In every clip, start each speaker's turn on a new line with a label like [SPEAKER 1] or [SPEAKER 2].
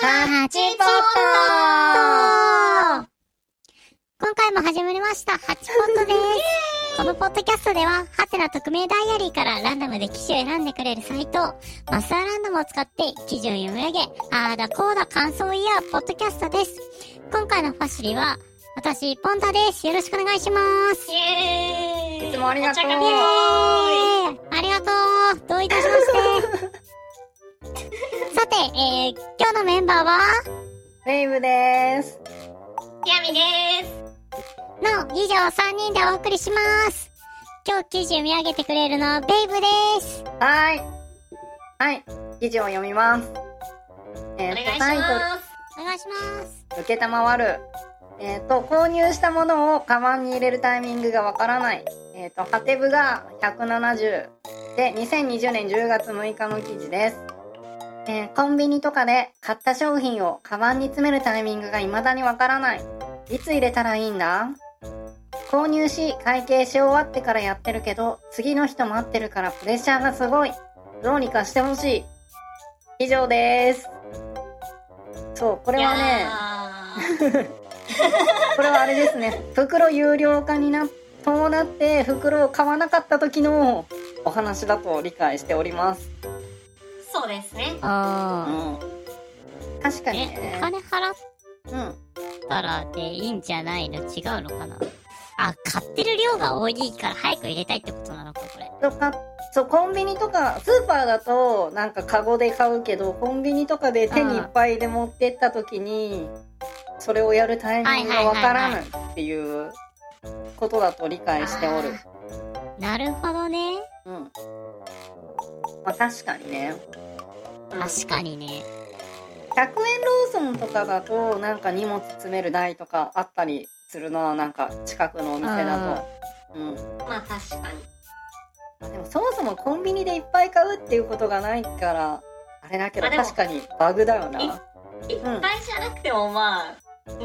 [SPEAKER 1] ハチポット今回も始まりました、ハチポットです。このポッドキャストでは、ハテナ匿名ダイアリーからランダムで記事を選んでくれるサイト、マスターランダムを使って記事を読み上げ、あーだこーだ感想を言い合うポッドキャストです。今回のファシリは、私、ポンタです。よろしくお願いします。
[SPEAKER 2] イエーイ
[SPEAKER 3] いつもありがとう
[SPEAKER 2] お茶
[SPEAKER 1] イエー
[SPEAKER 2] が見えない
[SPEAKER 1] イありがとうどういたしまして さて、えー、今日のメンバーは、
[SPEAKER 3] レイブです。
[SPEAKER 2] きやみです
[SPEAKER 1] の以上3人でお送りします今日記事を見上げてくれるのはベイブです
[SPEAKER 3] はーい。はい。記事を読みます。え
[SPEAKER 2] お
[SPEAKER 3] ー
[SPEAKER 2] 願い
[SPEAKER 3] と
[SPEAKER 2] し
[SPEAKER 3] タイ
[SPEAKER 2] ます
[SPEAKER 1] お願いします
[SPEAKER 3] トル、受けたまわる。えっ、と、購入したものをカバンに入れるタイミングがわからない。えっ、と、ハテブが170で、2020年10月6日の記事です。えーコンビニとかで買った商品をカバンに詰めるタイミングが未だにわからない。いつ入れたらいいんだ購入し会計し終わってからやってるけど次の人待ってるからプレッシャーがすごいどうにかしてほしい以上ですそうこ
[SPEAKER 2] こ
[SPEAKER 3] れはねこれはあれですね袋有料化にな伴って袋を買わなかった時のお話だと理解しております、
[SPEAKER 2] そうですね
[SPEAKER 3] う
[SPEAKER 1] あ
[SPEAKER 3] ん、確かに
[SPEAKER 1] えお
[SPEAKER 3] ね、
[SPEAKER 1] 金払っ
[SPEAKER 3] うん、
[SPEAKER 1] たらでいいんじゃないの違うのかなあ買ってる量が多いから早く入れたいってことなのかこれ
[SPEAKER 3] とかそうコンビニとかスーパーだとなんかカゴで買うけどコンビニとかで手にいっぱいで持ってった時にそれをやるタイミングがわからぬっていうことだと理解しておる、
[SPEAKER 1] あーなるほどね
[SPEAKER 3] うんまあ、確かにね
[SPEAKER 1] 確かにね
[SPEAKER 3] 100円ローソンとかだとなんか荷物詰める台とかあったりするななんか近くのお店だと。うん
[SPEAKER 2] まあ確かに
[SPEAKER 3] でもそもそもコンビニでいっぱい買うっていうことがないからあれだけど
[SPEAKER 2] あでも
[SPEAKER 3] 確かにバグだよな。
[SPEAKER 2] いっぱいじゃなくてもまあ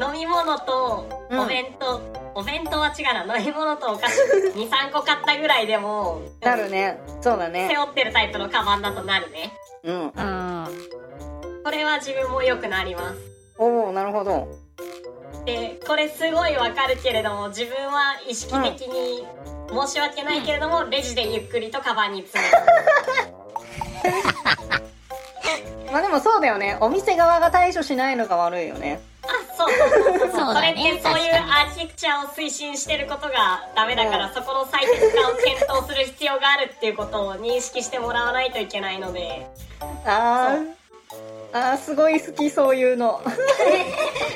[SPEAKER 2] 飲み物と
[SPEAKER 3] うん
[SPEAKER 2] お弁当、お弁当は違うな飲み物とお菓子23個買ったぐらいでも
[SPEAKER 3] なるね。そうだ
[SPEAKER 2] 背
[SPEAKER 3] ね。
[SPEAKER 2] 負ってるタイプのカバンだとなるね
[SPEAKER 3] う
[SPEAKER 1] う
[SPEAKER 3] ん。
[SPEAKER 1] ん
[SPEAKER 2] これは自分もよくなります
[SPEAKER 3] おお、なるほど。
[SPEAKER 2] でこれすごいわかるけれども自分は意識的に申し訳ないけれども、レジでゆっくりとカバンに詰める
[SPEAKER 3] まあでもそうだよね。お店側が対処しないのが悪いよね。
[SPEAKER 2] あ、そうそうそうそう。
[SPEAKER 1] そう
[SPEAKER 2] そ
[SPEAKER 1] だ
[SPEAKER 2] れ
[SPEAKER 1] ね
[SPEAKER 2] ってそういう
[SPEAKER 1] 確か
[SPEAKER 2] アーキテクチャを推進してることがダメだから、
[SPEAKER 3] うん
[SPEAKER 2] そこの最適化を検討する必要があるっていうことを認識してもらわないといけないので、
[SPEAKER 3] あー。あーすごい好きそういうの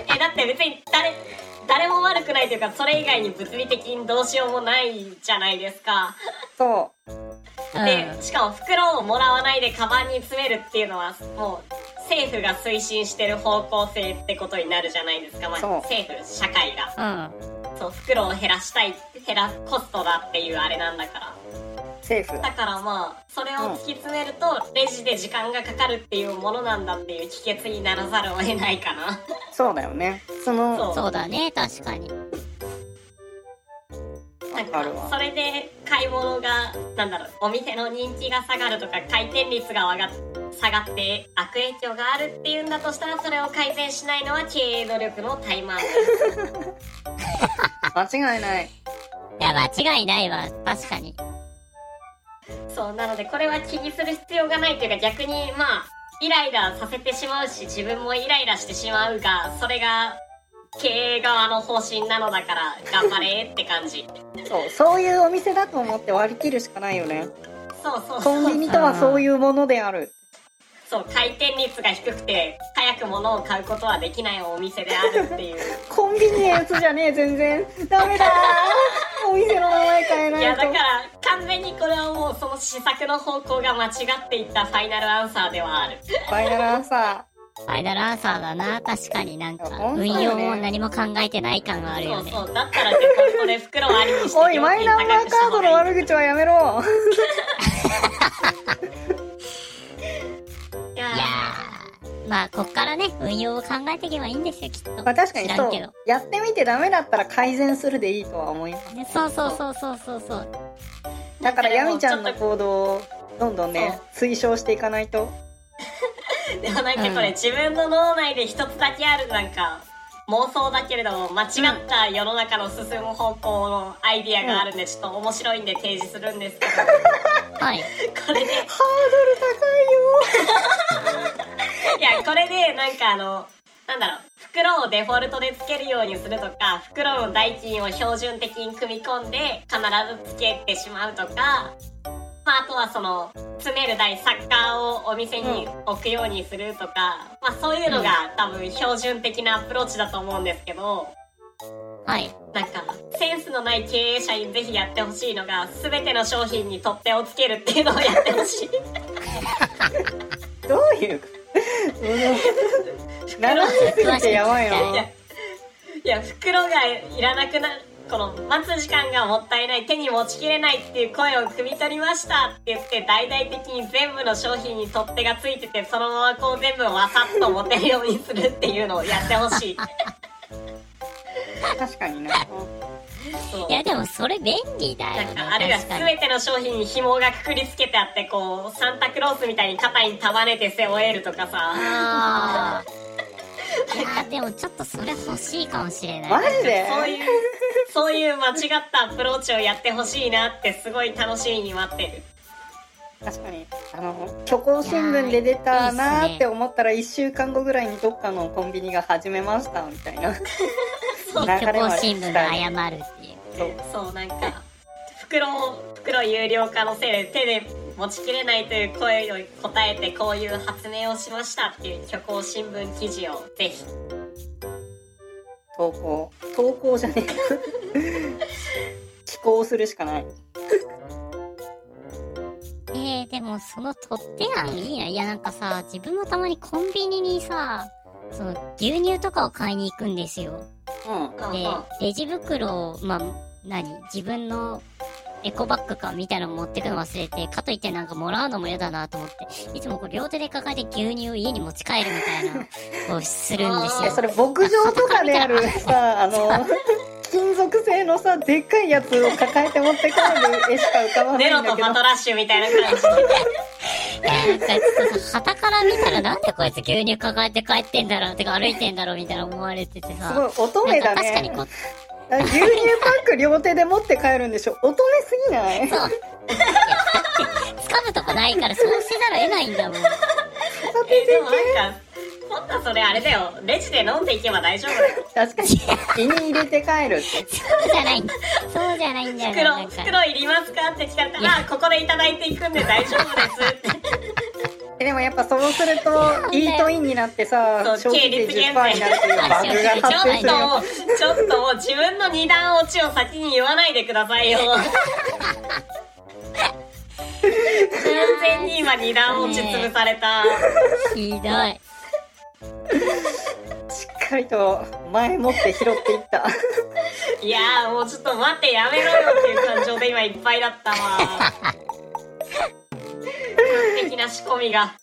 [SPEAKER 2] え、だって別に誰、誰も悪くないというか、それ以外に物理的にどうしようもないじゃないですか。
[SPEAKER 3] そ
[SPEAKER 2] で、しかも袋をもらわないでカバンに詰めるっていうのは、もう、政府が推進してる方向性ってことになるじゃないですか、まあ、
[SPEAKER 3] そう
[SPEAKER 2] 政府、社会が。
[SPEAKER 1] うん
[SPEAKER 2] そう、袋を減らしたい、減らすコストだっていうあれなんだから。
[SPEAKER 3] うセーフ
[SPEAKER 2] だからまあそれを突き詰めるとレジで時間がかかるっていうものなんだっていう帰結にならざるを得ないかな
[SPEAKER 3] そうだよねその
[SPEAKER 2] そ
[SPEAKER 1] そうだね確かに
[SPEAKER 2] うな
[SPEAKER 3] わ
[SPEAKER 2] ん
[SPEAKER 3] か
[SPEAKER 2] か
[SPEAKER 3] るわ
[SPEAKER 2] それで買い物がなんだろうお店の人気が下がるとか回転率が上が下がって悪影響があるっていうんだとしたらそれを改善しないのは経営努力の怠慢
[SPEAKER 3] 間違いない
[SPEAKER 1] いや間違いないわ確かに
[SPEAKER 2] そうなのでこれは気にする必要がないというか逆にまあイライラさせてしまうし自分もイライラしてしまうがそれが経営側の方針なのだから頑張れって感じ
[SPEAKER 3] そうそういうお店だと思って割り切るしかないよね
[SPEAKER 2] そうそう
[SPEAKER 3] コン
[SPEAKER 2] そ
[SPEAKER 3] ビ
[SPEAKER 2] う
[SPEAKER 3] ニとはそういうものである
[SPEAKER 2] そう回転率が低くて早く物を買うことはできないお店であるっていう
[SPEAKER 3] コンビニエンスじゃねえ全然ダメだーお店の名前変え
[SPEAKER 2] い
[SPEAKER 3] な
[SPEAKER 2] や
[SPEAKER 3] い
[SPEAKER 2] だ
[SPEAKER 3] と
[SPEAKER 2] から完全にこれはもうその施策の方向が間違っていったファイナルアンサーではある
[SPEAKER 3] ファイナルアンサ
[SPEAKER 1] ファイナルアンサーだな確かになんか
[SPEAKER 3] 本当
[SPEAKER 1] 運
[SPEAKER 3] だよね
[SPEAKER 1] 用も何も考えてない感があるよね
[SPEAKER 2] そうそうだったらデフォルトで袋をありにし
[SPEAKER 3] ー
[SPEAKER 2] て
[SPEAKER 3] おいマイナンバーカードの
[SPEAKER 2] いい
[SPEAKER 3] 悪口はやめろ
[SPEAKER 2] いや
[SPEAKER 1] いやーまあこっからね運用を考えていけばいいんですよきっと、
[SPEAKER 3] まあ確かに
[SPEAKER 1] 知
[SPEAKER 3] そ
[SPEAKER 1] らん
[SPEAKER 3] う
[SPEAKER 1] けど
[SPEAKER 3] やってみてダメだったら改善するでいいとは思います
[SPEAKER 1] ねそうそうそうそうそうそう
[SPEAKER 3] だからヤミちゃんの行動をどんどんね推奨していかないと
[SPEAKER 2] でもなんかこれ、
[SPEAKER 1] うん
[SPEAKER 2] 自分の脳内で一つだけあるなんか妄想だけれども間違った世の中の進む方向のアイディアがあるんでちょっと面白いんで提示するんですけど、
[SPEAKER 1] はい。
[SPEAKER 2] これで
[SPEAKER 3] ハー
[SPEAKER 2] いやこれでなんかあのなんだろう袋をデフォルトでつけるようにするとか袋の代金を標準的に組み込んで必ずつけてしまうとか、まあ、あとはその詰める台サッカーをお店に置くようにするとか、まあ、そういうのが多分標準的なアプローチだと思うんですけど
[SPEAKER 1] はい。
[SPEAKER 2] なんかセンスのない経営者にぜひやってほしいのが全ての商品に取っ手をつけるっていうのをやってほ しい。
[SPEAKER 3] ドル高いよどう いうこと長すぎてやばい
[SPEAKER 1] 詳しく聞きた
[SPEAKER 3] ない
[SPEAKER 2] いや袋がいらなくなるこの待つ時間がもったいない手に持ちきれないっていう声を汲み取りましたって言って大々的に全部の商品に取っ手がついててそのままこう全部わさっと持てるようにするっていうのをやってほしい
[SPEAKER 3] 確かにな
[SPEAKER 2] そう
[SPEAKER 1] いや、でもそれ便利だ
[SPEAKER 2] な
[SPEAKER 1] よ
[SPEAKER 2] ん
[SPEAKER 1] ね。
[SPEAKER 2] かあるいは
[SPEAKER 1] 確かに。
[SPEAKER 2] 全ての商品に紐がくくりつけてあってこうサンタクロースみたいに肩に束ねて背負えるとかさ
[SPEAKER 1] ああ。いやー、でもちょっとそれ欲しいかもしれない。
[SPEAKER 3] マジで
[SPEAKER 2] そういうそういう間違ったアプローチをやってほしいなってすごい楽しみに待ってる。
[SPEAKER 3] 確かにあの虚構新聞で出たなーって思ったら1週間後ぐらいにどっかのコンビニが始めましたみたいな
[SPEAKER 1] 日光新聞が謝るっていう。
[SPEAKER 3] そう
[SPEAKER 2] そうなんか袋を袋有料化のせいで手で持ちきれないという声を答えてこういう発明をしましたっていう虚構新聞記事をぜひ
[SPEAKER 3] 投稿投稿じゃねえ寄稿するしかない
[SPEAKER 1] えー、でもその取っ手案いいな。いや、なんかさ、自分もたまにコンビニにさ、その牛乳とかを買いに行くんですよ。
[SPEAKER 3] うん
[SPEAKER 1] で、レジ袋を、まあ、何自分のエコバッグかみたいなの持ってくの忘れて、かといってなんかもらうのも嫌だなと思って、いつもこう両手で抱えて牛乳を家に持ち帰るみたい な、こうするんです
[SPEAKER 3] え
[SPEAKER 1] よ
[SPEAKER 3] そ。れ牧場とかである さあの金属製のさでっかいやつを抱えて持って帰る絵しか浮かばな
[SPEAKER 2] ネ
[SPEAKER 3] い
[SPEAKER 2] ロ
[SPEAKER 3] んだ
[SPEAKER 2] と
[SPEAKER 3] けど
[SPEAKER 2] パトラッシュみたいな感じで
[SPEAKER 1] いやなんかちょっとさ、傍から見たらなんでこいつ牛乳抱えて帰ってんだろう、てか歩いてんだろうみたいな思われてて
[SPEAKER 3] す
[SPEAKER 1] さ。
[SPEAKER 3] ごい乙女
[SPEAKER 1] な
[SPEAKER 3] だ
[SPEAKER 1] んか確かに
[SPEAKER 3] ね
[SPEAKER 1] こう、
[SPEAKER 3] 牛乳パック両手で持って帰るんでしょ乙女すぎない
[SPEAKER 1] そう。いやだって掴むとこないからそうせざるを得ないんだもん。
[SPEAKER 2] えでもなんかそんなそれあれだよレジで飲んでいけば大丈夫だよ
[SPEAKER 3] 確かに胃に入れて帰るって
[SPEAKER 1] そうじゃないんだ。そうじゃないんだよな。なん
[SPEAKER 2] 袋
[SPEAKER 1] か
[SPEAKER 2] 袋いりますかって聞かれた
[SPEAKER 1] いや
[SPEAKER 2] らあここでいただいていくんで大丈夫ですって
[SPEAKER 3] えでもやっぱそうするとイートインになってさ
[SPEAKER 2] そう
[SPEAKER 3] 消費税
[SPEAKER 2] 経理
[SPEAKER 3] 10%に
[SPEAKER 2] 減税
[SPEAKER 3] なるっていうバグが
[SPEAKER 2] ち
[SPEAKER 3] 発
[SPEAKER 2] ょっ
[SPEAKER 3] 生するよ
[SPEAKER 2] と、ちょっともう自分の二段落ちを先に言わないでくださいよ。完全に今二段落ち潰された。
[SPEAKER 1] ひどい。
[SPEAKER 3] しっかりと前もって拾っていった
[SPEAKER 2] いやーもうちょっと待ってやめろよっていう感情で今いっぱいだったわ。完璧な仕込みが。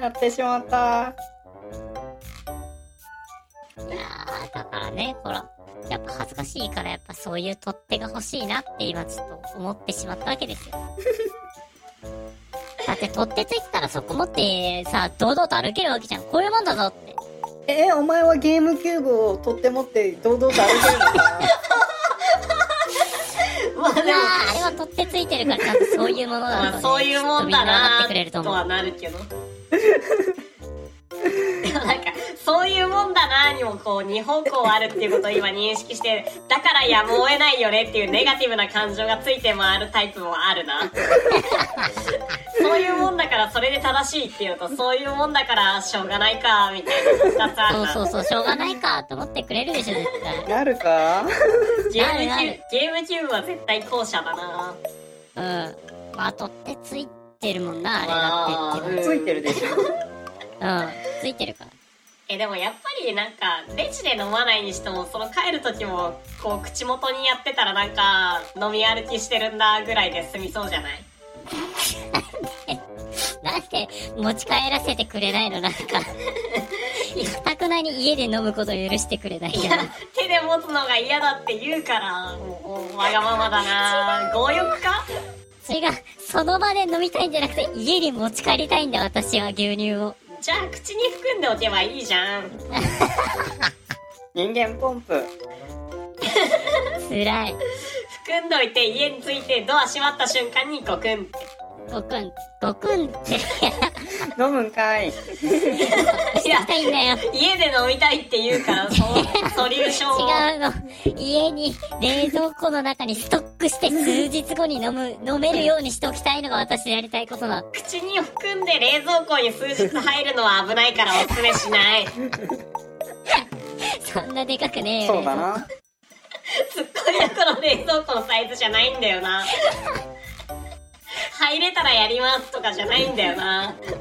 [SPEAKER 3] やってしまった
[SPEAKER 1] いやー、だからね、ほら、やっぱ恥ずかしいから、やっぱそういう取っ手が欲しいなって今ちょっと思ってしまったわけ ですよ。だって取っ手ついてたらそこ持ってさ、堂々と歩けるわけじゃん。こういうもんだぞって。
[SPEAKER 3] えお前はゲームキューブを取って持って堂々と歩けるのか
[SPEAKER 2] まあで
[SPEAKER 1] うわ
[SPEAKER 2] も、
[SPEAKER 1] ー、あれは取っ手ついてるから、ちゃんとそういうものだと、
[SPEAKER 2] まあ
[SPEAKER 1] ね。
[SPEAKER 2] そういうもんだ
[SPEAKER 1] きっとみ
[SPEAKER 2] な
[SPEAKER 1] んな分かってくれると
[SPEAKER 2] ーと
[SPEAKER 1] 思う。
[SPEAKER 2] はなるけど。でもなんかそういうもんだなーにもこう二方向あるっていうことを今認識してだからやむを得ないよねっていうネガティブな感情がついて回るタイプもあるなそういうもんだからそれで正しいっていうとそういうもんだからしょうがないかみたいな2つある
[SPEAKER 1] そう
[SPEAKER 2] な
[SPEAKER 1] そうそう、しょうがないかと思ってくれるでしょ、絶対。
[SPEAKER 3] なるか
[SPEAKER 2] ゲームキュ
[SPEAKER 1] あるあ
[SPEAKER 2] ー
[SPEAKER 1] る
[SPEAKER 2] ゲームキューブは絶対後者だな
[SPEAKER 1] うん。まあ、取っ手ついてるもんな、あれだってっていう
[SPEAKER 3] ついてるでしょ
[SPEAKER 1] か。うん、ついてるから。
[SPEAKER 2] えでもやっぱりなんかレジで飲まないにしてもその帰る時もこう口元にやってたらなんか飲み歩きしてるんだぐらいで済みそうじ ゃない
[SPEAKER 1] なんで持ち帰らせてくれないのなんか。かたくなに家で飲むことを許してくれない
[SPEAKER 2] い
[SPEAKER 1] じ
[SPEAKER 2] や
[SPEAKER 1] ゃん。
[SPEAKER 2] 手 で持つのが嫌だって言うからもうもうわがままだな強欲か
[SPEAKER 1] 違う。その場で飲みたいんじゃなくて、家に持ち帰りたいんだ、私は牛乳を。
[SPEAKER 2] じゃあ口に含んでおけばいいじゃん
[SPEAKER 3] 人間ポンプ。
[SPEAKER 1] 辛い。
[SPEAKER 2] 含んどいて家に着いてドア閉まった瞬間にゴクン
[SPEAKER 1] ごくん、ごくんって、
[SPEAKER 3] 飲むんかい。
[SPEAKER 2] いや
[SPEAKER 1] したいんだよ。
[SPEAKER 2] 家で飲みたいって言うからそ のソリューションを
[SPEAKER 1] 違うの。家に、冷蔵庫の中にストックして数日後に飲む、飲めるようにしておきたいのが私のやりたいことだ。
[SPEAKER 2] 口に含んで冷蔵庫に数日入るのは危ないからおすすめしない
[SPEAKER 1] そんなでかくねえよ。
[SPEAKER 3] そうだな。
[SPEAKER 2] ツッコミどころ冷蔵庫のサイズじゃないんだよな入れたらやりますとかじゃないんだよな
[SPEAKER 1] 冷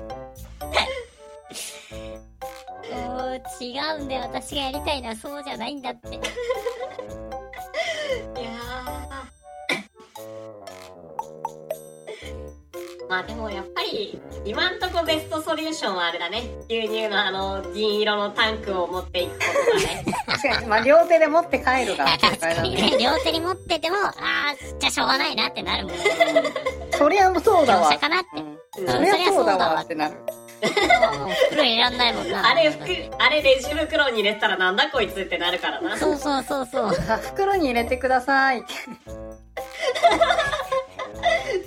[SPEAKER 1] 蔵庫。もう違うんだよ。私がやりたいのはそうじゃないんだって。
[SPEAKER 2] いやーまあでもやっぱり今んとこベストソリューションはあれだね牛乳のあの銀色のタンクを持っていくことだね
[SPEAKER 3] 確かに、まあ、両手で持って帰るが
[SPEAKER 1] あ
[SPEAKER 3] 正
[SPEAKER 1] 確か
[SPEAKER 3] 解だ
[SPEAKER 1] に
[SPEAKER 3] ね。
[SPEAKER 1] ね、 両手に持ってても、あー、じゃあしょうがないなってなるもん。
[SPEAKER 3] そりゃそうだ
[SPEAKER 1] 業
[SPEAKER 3] わ
[SPEAKER 1] 者。かなって。
[SPEAKER 3] う
[SPEAKER 1] うん
[SPEAKER 3] ん。
[SPEAKER 1] そり
[SPEAKER 3] そりゃ
[SPEAKER 1] ゃ
[SPEAKER 3] そ
[SPEAKER 1] そうう
[SPEAKER 3] だ
[SPEAKER 1] だ
[SPEAKER 3] わ
[SPEAKER 1] わ
[SPEAKER 3] っ。てなる。
[SPEAKER 1] 袋いらんないもんな。
[SPEAKER 2] あれ服あれレジ袋に入れたらなんだこいつってなるから な
[SPEAKER 1] そうそうそうそう。
[SPEAKER 3] あ袋に入れてください。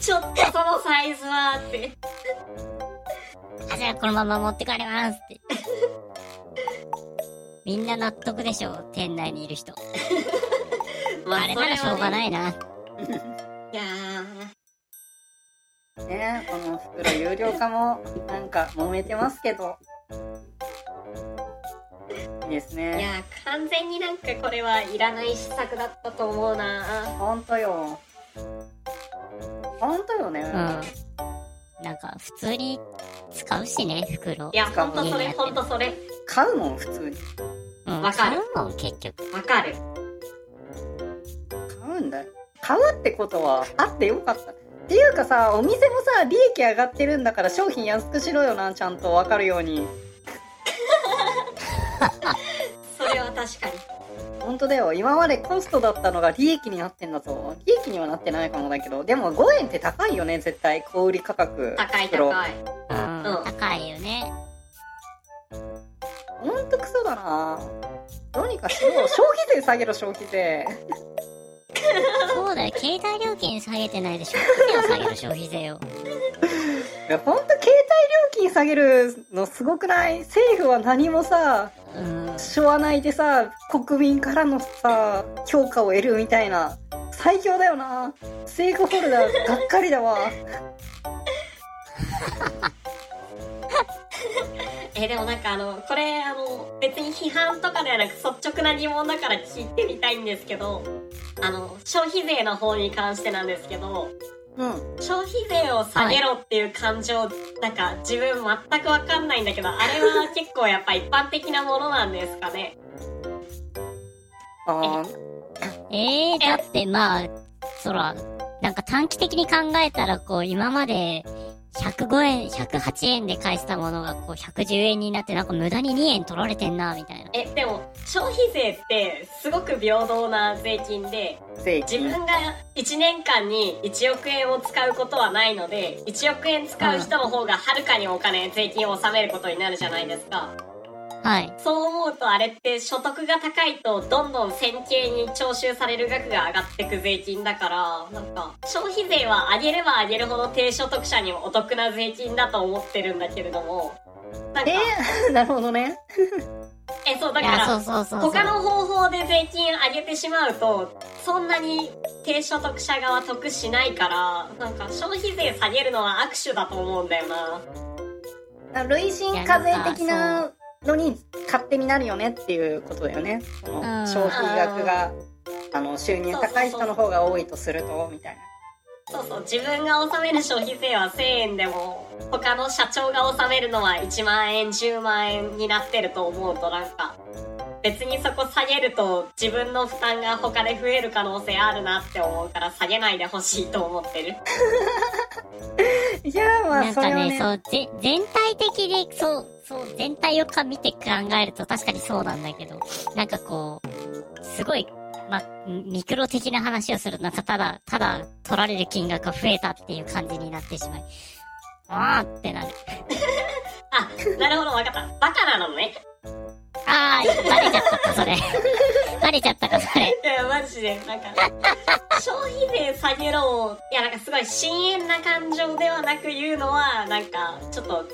[SPEAKER 2] ちょっとそのサイズはって
[SPEAKER 1] あ、じゃあこのまま持ってかれますって。みんな納得でしょう、店内にいる人。
[SPEAKER 2] ま
[SPEAKER 1] あれならしょうが
[SPEAKER 2] い
[SPEAKER 1] ないな。
[SPEAKER 2] いやー
[SPEAKER 3] ねこの袋有料化も、なんか揉めてますけど。いいです
[SPEAKER 2] い
[SPEAKER 3] ね。
[SPEAKER 2] やー完全になんかこれはいらない施策だったと思うな
[SPEAKER 3] ほんとよ。ほんとよね。
[SPEAKER 1] うん。なんか、普通に使うしね、袋。
[SPEAKER 2] いやほんとそれほんとそれ
[SPEAKER 3] 買うもん、普通に。
[SPEAKER 1] うん、
[SPEAKER 2] わかる
[SPEAKER 1] 買うもん、結局。
[SPEAKER 2] わかる
[SPEAKER 3] 買うんだよ買うってことはあってよかったっていうかさお店もさ利益上がってるんだから商品安くしろよなちゃんと分かるように
[SPEAKER 2] それは確かに
[SPEAKER 3] 本当だよ今までコストだったのが利益になってんだぞ利益にはなってないかもだけどでも5円って高いよね絶対小売価格
[SPEAKER 2] 高い
[SPEAKER 3] 袋
[SPEAKER 2] 高い
[SPEAKER 1] うん。
[SPEAKER 2] うん
[SPEAKER 1] 高いよね。
[SPEAKER 3] ほんとクソだなどうにかしろ消費税下げろ消費税
[SPEAKER 1] そうだよ、携帯料金下げてないで消費税を下げる消費税を。
[SPEAKER 3] いやほんと携帯料金下げるのすごくない政府は何もさ
[SPEAKER 1] うん。
[SPEAKER 3] 昭和内でさ国民からのさ評価を得るみたいな最強だよなステークホルダーがっかりだわ
[SPEAKER 2] えでもなんかあのこれあの別に批判とかではなく率直な疑問だから聞いてみたいんですけどあの消費税の方に関してなんですけど
[SPEAKER 3] うん
[SPEAKER 2] 消費税を下げろっていう感情、なんか自分全くわかんないんだけどあれは結構やっぱ一般的なものなんですかね
[SPEAKER 3] あ
[SPEAKER 1] ええー、だってまあ、そら、なんか短期的に考えたら、こう、今まで、105円、108円で返したものが、こう、110円になって、なんか無駄に2円取られてんな、みたいな。
[SPEAKER 2] えでも消費税ってすごく平等な税金で
[SPEAKER 3] ー税
[SPEAKER 2] 自
[SPEAKER 3] 金
[SPEAKER 2] 分が1年間に1億円を使うことはないので1億円使う人の方がはるかにお金税金を納めることになるじゃないですか
[SPEAKER 1] はい。
[SPEAKER 2] そう思うとあれって所得が高いとどんどん線形に徴収される額が上がってく税金だからなんか消費税は上げれば上げるほど低所得者にもお得な税金だと思ってるんだけれどもなんか
[SPEAKER 3] えー なるほどね
[SPEAKER 2] えそうだ
[SPEAKER 1] い
[SPEAKER 2] か
[SPEAKER 1] や、
[SPEAKER 2] ら
[SPEAKER 1] そうそうそうそう。
[SPEAKER 2] 他の方法で税金上げてしまうとそんなに低所得者側得しないからなんか消費税下げるのは握手だと思うんだよな
[SPEAKER 3] あ累進課税的なのに勝手になるよねっていうことだよねその
[SPEAKER 1] ん
[SPEAKER 3] 消費額があの収入高い人の方が多いとするとみたいな
[SPEAKER 2] そうそう自分が納める消費税は1000円でも他の社長が納めるのは1万円10万円になってると思うとなんか別にそこ下げると自分の負担が他で増える可能性あるなって思うから下げないでほしいと思ってる
[SPEAKER 3] いやーま
[SPEAKER 1] な
[SPEAKER 3] あ
[SPEAKER 1] ん
[SPEAKER 3] そ
[SPEAKER 1] か
[SPEAKER 3] れは
[SPEAKER 1] ね、
[SPEAKER 3] ね
[SPEAKER 1] そう、ぜ、全体的で、そう、そう、全体をか見て考えると確かにそうなんだけど、なんかこう、すごい、まあ、んミクロ的な話をすると、なんかただ、ただ取られる金額が増えたっていう感じになってしまい、あーってなる。
[SPEAKER 2] あ、なるほど、わかった。バカなのね。
[SPEAKER 1] あー、バレちゃったか、それ。バレちゃったか、それ。
[SPEAKER 2] いや、マジで、なんか、消費税下げろを、いや、なんかすごい深遠な感情ではなく言うのは、なんか、ちょっと、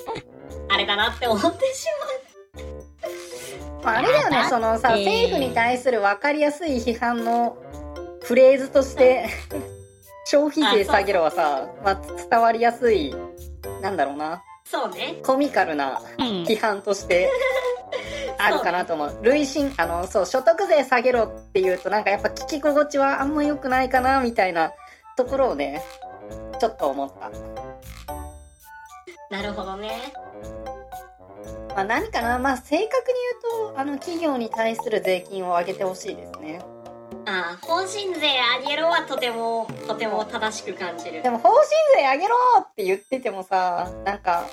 [SPEAKER 2] あれだなって思ってし
[SPEAKER 3] まあ、あれだよ
[SPEAKER 1] だっ
[SPEAKER 3] ね
[SPEAKER 1] て
[SPEAKER 3] そのさ政府に対する分かりやすい批判のフレーズとして 消費税下げろはさ、まあ、伝わりやすいなんだろうな
[SPEAKER 2] まう。そうね。
[SPEAKER 3] コミカルな
[SPEAKER 1] うん。
[SPEAKER 3] 批判としてあるかなと思う累進あのそう所得税下げろっていうとなんかやっぱ聞き心地はあんま良くないかなみたいなところをねちょっと思った、
[SPEAKER 2] なるほどね。
[SPEAKER 3] まあ、何かなまあ正確に言うとあの企業に対する税金を上げてほしいですね
[SPEAKER 2] あー、法人税上げろはとても、とても正しく感じる
[SPEAKER 3] で。も方針税上げろって言っててもさなんか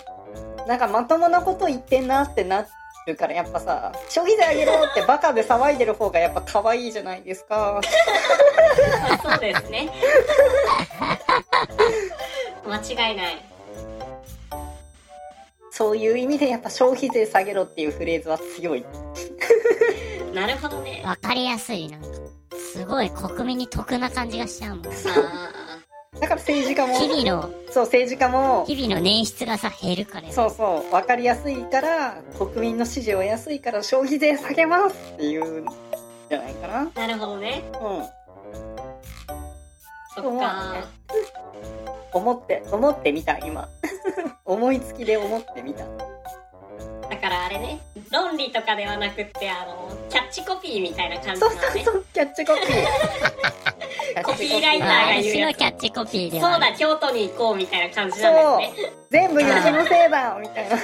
[SPEAKER 3] なんかまともなこと言ってんなってなるからやっぱさ消費税上げろってバカで騒いでる方がやっぱ可愛いじゃないですか
[SPEAKER 2] まあそうですね。間違いない。
[SPEAKER 3] そういう意味でやっぱ消費税下げろっていうフレーズは強い
[SPEAKER 2] なるほどね。
[SPEAKER 1] わかりやすい、なんか。すごい国民に得な感じがしちゃうもん。
[SPEAKER 2] あー
[SPEAKER 3] だから政治家も
[SPEAKER 1] 日々の、
[SPEAKER 3] そう政治家も
[SPEAKER 1] 日々の捻出がさ、減るからよ。
[SPEAKER 3] そうそう分かりやすいから国民の支持を得やすいから消費税下げますっていうんじゃないかな
[SPEAKER 2] なるほどね。
[SPEAKER 3] うん
[SPEAKER 2] そっか。
[SPEAKER 3] 思って思ってみた今 思いつきで思ってみた
[SPEAKER 2] だからあれね、論理とかではなくって、あの、キャッチコピーみたいな感じ
[SPEAKER 3] そ
[SPEAKER 2] の
[SPEAKER 3] うそう
[SPEAKER 2] ね。
[SPEAKER 3] そう、キャッチコピー。
[SPEAKER 2] コピーライタ
[SPEAKER 1] あ
[SPEAKER 2] ーが
[SPEAKER 1] る
[SPEAKER 2] 言う
[SPEAKER 1] 種
[SPEAKER 2] や
[SPEAKER 1] の
[SPEAKER 2] つ
[SPEAKER 1] キャッチコピー
[SPEAKER 2] そ
[SPEAKER 1] で
[SPEAKER 2] う
[SPEAKER 1] はある
[SPEAKER 2] だ、京都に行こうみたいな感じなん
[SPEAKER 3] そ
[SPEAKER 2] ですね。
[SPEAKER 3] う、全部吉野せいだみたいな。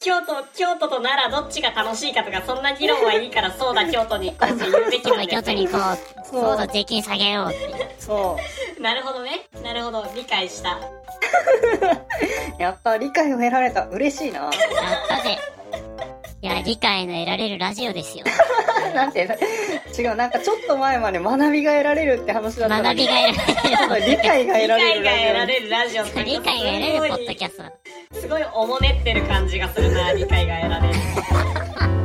[SPEAKER 2] 京都、京都と奈良どっちが楽しいかとか、そんな議論はいいから、そうだ、京都に行こうって言うべき
[SPEAKER 1] そうだ、
[SPEAKER 2] なんだ
[SPEAKER 1] 京
[SPEAKER 2] よ
[SPEAKER 1] 都
[SPEAKER 2] ね。
[SPEAKER 1] に行こう。
[SPEAKER 3] そう
[SPEAKER 1] そうだ、税金下げようって。
[SPEAKER 3] そ
[SPEAKER 2] なるほどね。なるほど。理解した。
[SPEAKER 3] う、やった、理解を得られた、嬉しいな。
[SPEAKER 1] やったぜ。いや、理解の得られるラジオですよ。
[SPEAKER 3] なんて、違う、なんかちょっと前まで学びが得られるって話だったの
[SPEAKER 1] 学び
[SPEAKER 3] に。
[SPEAKER 1] が得られる。
[SPEAKER 3] 理解が
[SPEAKER 2] 理
[SPEAKER 3] 得られ
[SPEAKER 2] 解
[SPEAKER 3] る
[SPEAKER 2] が
[SPEAKER 3] ラジオ。
[SPEAKER 2] 得られるラジオって
[SPEAKER 1] 理解が得られるポッドキャスト。
[SPEAKER 2] すごいおもねってる感じがするな理解が得られる